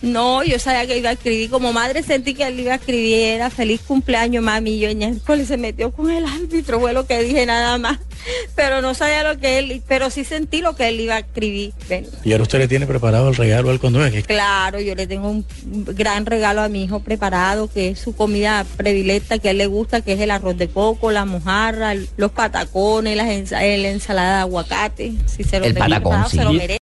No, yo sabía que iba a escribir. Como madre sentí que él iba a escribir. Era feliz cumpleaños, mami. Y yo en el cole se metió con el árbitro. Fue lo que dije nada más. Pero no sabía lo que él, pero sí sentí lo que él iba a escribir. Ven. ¿Y ahora usted le tiene preparado el regalo al condueño? Claro, yo le tengo un gran regalo a mi hijo preparado, que es su comida predilecta, que a él le gusta, que es el arroz de coco, la mojarra, los patacones, las ensa la ensalada de aguacate. Si se lo El patacón, se lo sí. merece.